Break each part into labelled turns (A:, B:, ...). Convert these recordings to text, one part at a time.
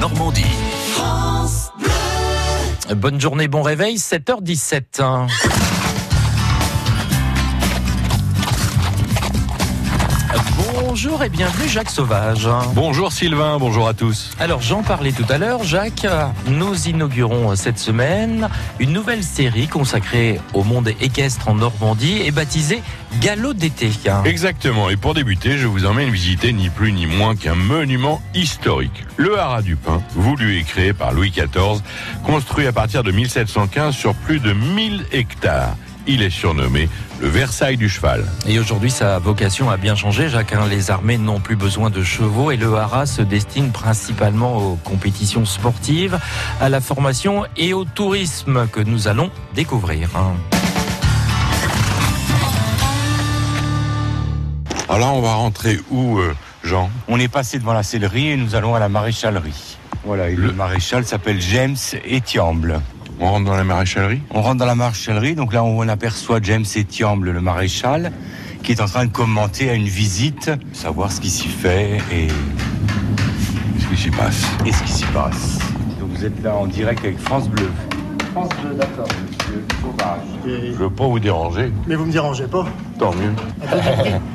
A: Normandie.
B: Bonne journée, bon réveil, 7h17. hein. Bonjour et bienvenue Jacques Sauvage.
C: Bonjour Sylvain, bonjour à tous.
B: Alors j'en parlais tout à l'heure, Jacques, euh, nous inaugurons euh, cette semaine une nouvelle série consacrée au monde équestre en Normandie et baptisée Galop d'été.
C: Exactement, et pour débuter, je vous emmène visiter ni plus ni moins qu'un monument historique. Le haras du Pin, voulu et créé par Louis XIV, construit à partir de 1715 sur plus de 1000 hectares. Il est surnommé le Versailles du cheval.
B: Et aujourd'hui sa vocation a bien changé, Jacques. hein. Les armées n'ont plus besoin de chevaux et le haras se destine principalement aux compétitions sportives, à la formation et au tourisme que nous allons découvrir. hein.
C: Alors là, on va rentrer où, euh, Jean
D: On est passé devant la sellerie et nous allons à la maréchalerie. Voilà, et le,
C: Le-
D: maréchal s'appelle James Etiamble.
C: On rentre dans la maréchalerie
D: On rentre dans la maréchalerie, donc là on aperçoit James Etiamble, le maréchal, qui est en train de commenter à une visite, savoir ce qui s'y fait et,
C: Qu'est-ce qui s'y passe
D: et ce qui s'y passe. Donc vous êtes là en direct avec France Bleu. France Bleu, d'accord. Monsieur Sauvage.
C: Je veux pas vous déranger,
E: Mais vous me dérangez pas.
C: tant mieux.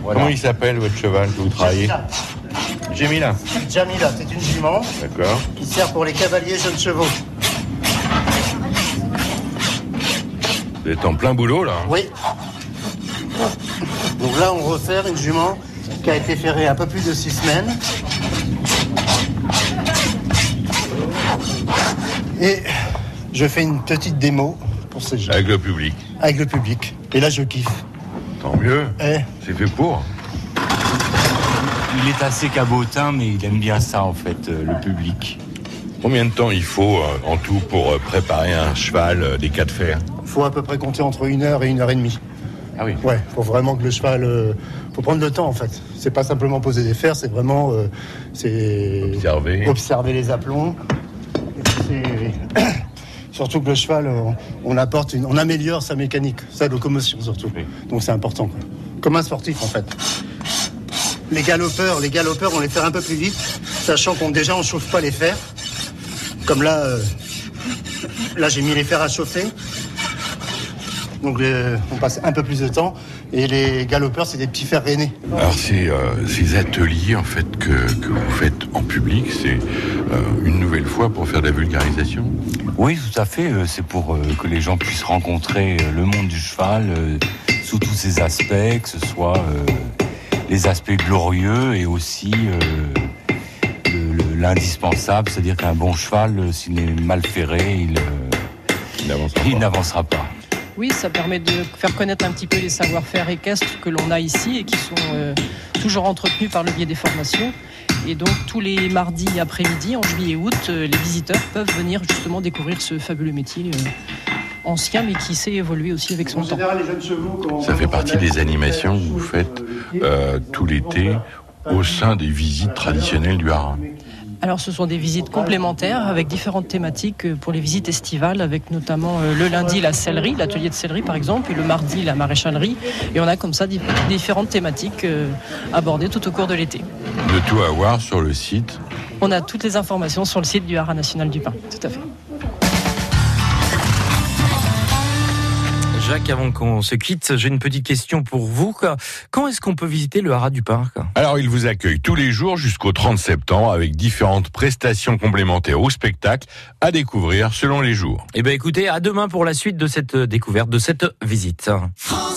D: Voilà.
C: Comment il s'appelle votre cheval que vous travaillez Jamila.
E: Jamila, Jamila, c'est une jument
C: D'accord.
E: qui sert pour les cavaliers jeunes chevaux.
C: Vous êtes en plein boulot là. hein
E: Oui. Donc là, on resserre une jument qui a été ferrée un peu plus de six semaines. Et je fais une petite démo pour ces gens,
C: Avec le public.
E: avec le public. Et là, je kiffe.
C: Tant mieux.
E: Eh,
C: C'est fait pour.
D: Il est assez cabotin, mais il aime bien ça en fait, euh, le public.
C: Combien de temps il faut euh, en tout pour euh, préparer un cheval euh, des cas de fer
E: faut à peu près compter entre une heure et une heure et demie.
D: Ah oui.
E: Ouais, faut vraiment que le cheval, euh, faut prendre le temps en fait. C'est pas simplement poser des fers, c'est vraiment, euh, c'est
C: Observer.
E: observer les aplomds. Et puis c'est- surtout que le cheval, on, on apporte, une- on améliore sa mécanique, sa locomotion surtout.
D: Oui.
E: Donc c'est important, quoi. comme un sportif en fait. Les galopeurs, les galopeurs, on les fait un peu plus vite, sachant qu'on déjà on chauffe pas les fers. Comme là, euh, là j'ai mis les fers à chauffer. Donc euh, on passe un peu plus de temps. Et les galopeurs, c'est des petits fers rainés.
C: Alors ces, euh, ces ateliers en fait que, que vous faites en public, c'est euh, une nouvelle fois pour faire de la vulgarisation.
D: Oui, tout à fait. euh, C'est pour euh, que les gens puissent rencontrer euh, le monde du cheval euh, sous tous ses aspects, que ce soit euh, les aspects glorieux et aussi euh, le- le- l'indispensable, c'est-à-dire qu'un bon cheval, euh, s'il est mal ferré, il, euh,
C: Qui n'avance pas.
D: il n'avancera pas.
F: Oui, ça permet de faire connaître un petit peu les savoir-faire équestres que l'on a ici et qui sont euh, toujours entretenus par le biais des formations. Et donc tous les mardis après-midi, en juillet et août, euh, les visiteurs peuvent venir justement découvrir ce fabuleux métier euh, ancien mais qui s'est évolué aussi avec son temps.
E: les jeunes chevaux,
C: Ça fait partie des animations que vous faites euh, tout l'été au sein des visites traditionnelles du haras.
F: Alors ce sont des visites complémentaires avec différentes thématiques euh, pour les visites estivales, avec notamment euh, le lundi la sellerie, l'atelier de sellerie par exemple, et le mardi la maréchalerie. Et on a comme ça dif- différentes thématiques euh, abordées tout au cours de l'été.
C: De tout avoir sur le site.
F: On a toutes les informations sur le site du Haras National du Pin. Tout à fait.
B: Jacques, avant qu'on se quitte, j'ai une petite question pour vous. Quand est-ce qu'on peut visiter le haras du parc
C: Alors il vous accueille tous les jours jusqu'au 30 septembre avec différentes prestations complémentaires au spectacle à découvrir selon les jours.
B: ben, Eh bien écoutez, à demain pour la suite de cette découverte, de cette visite.
A: France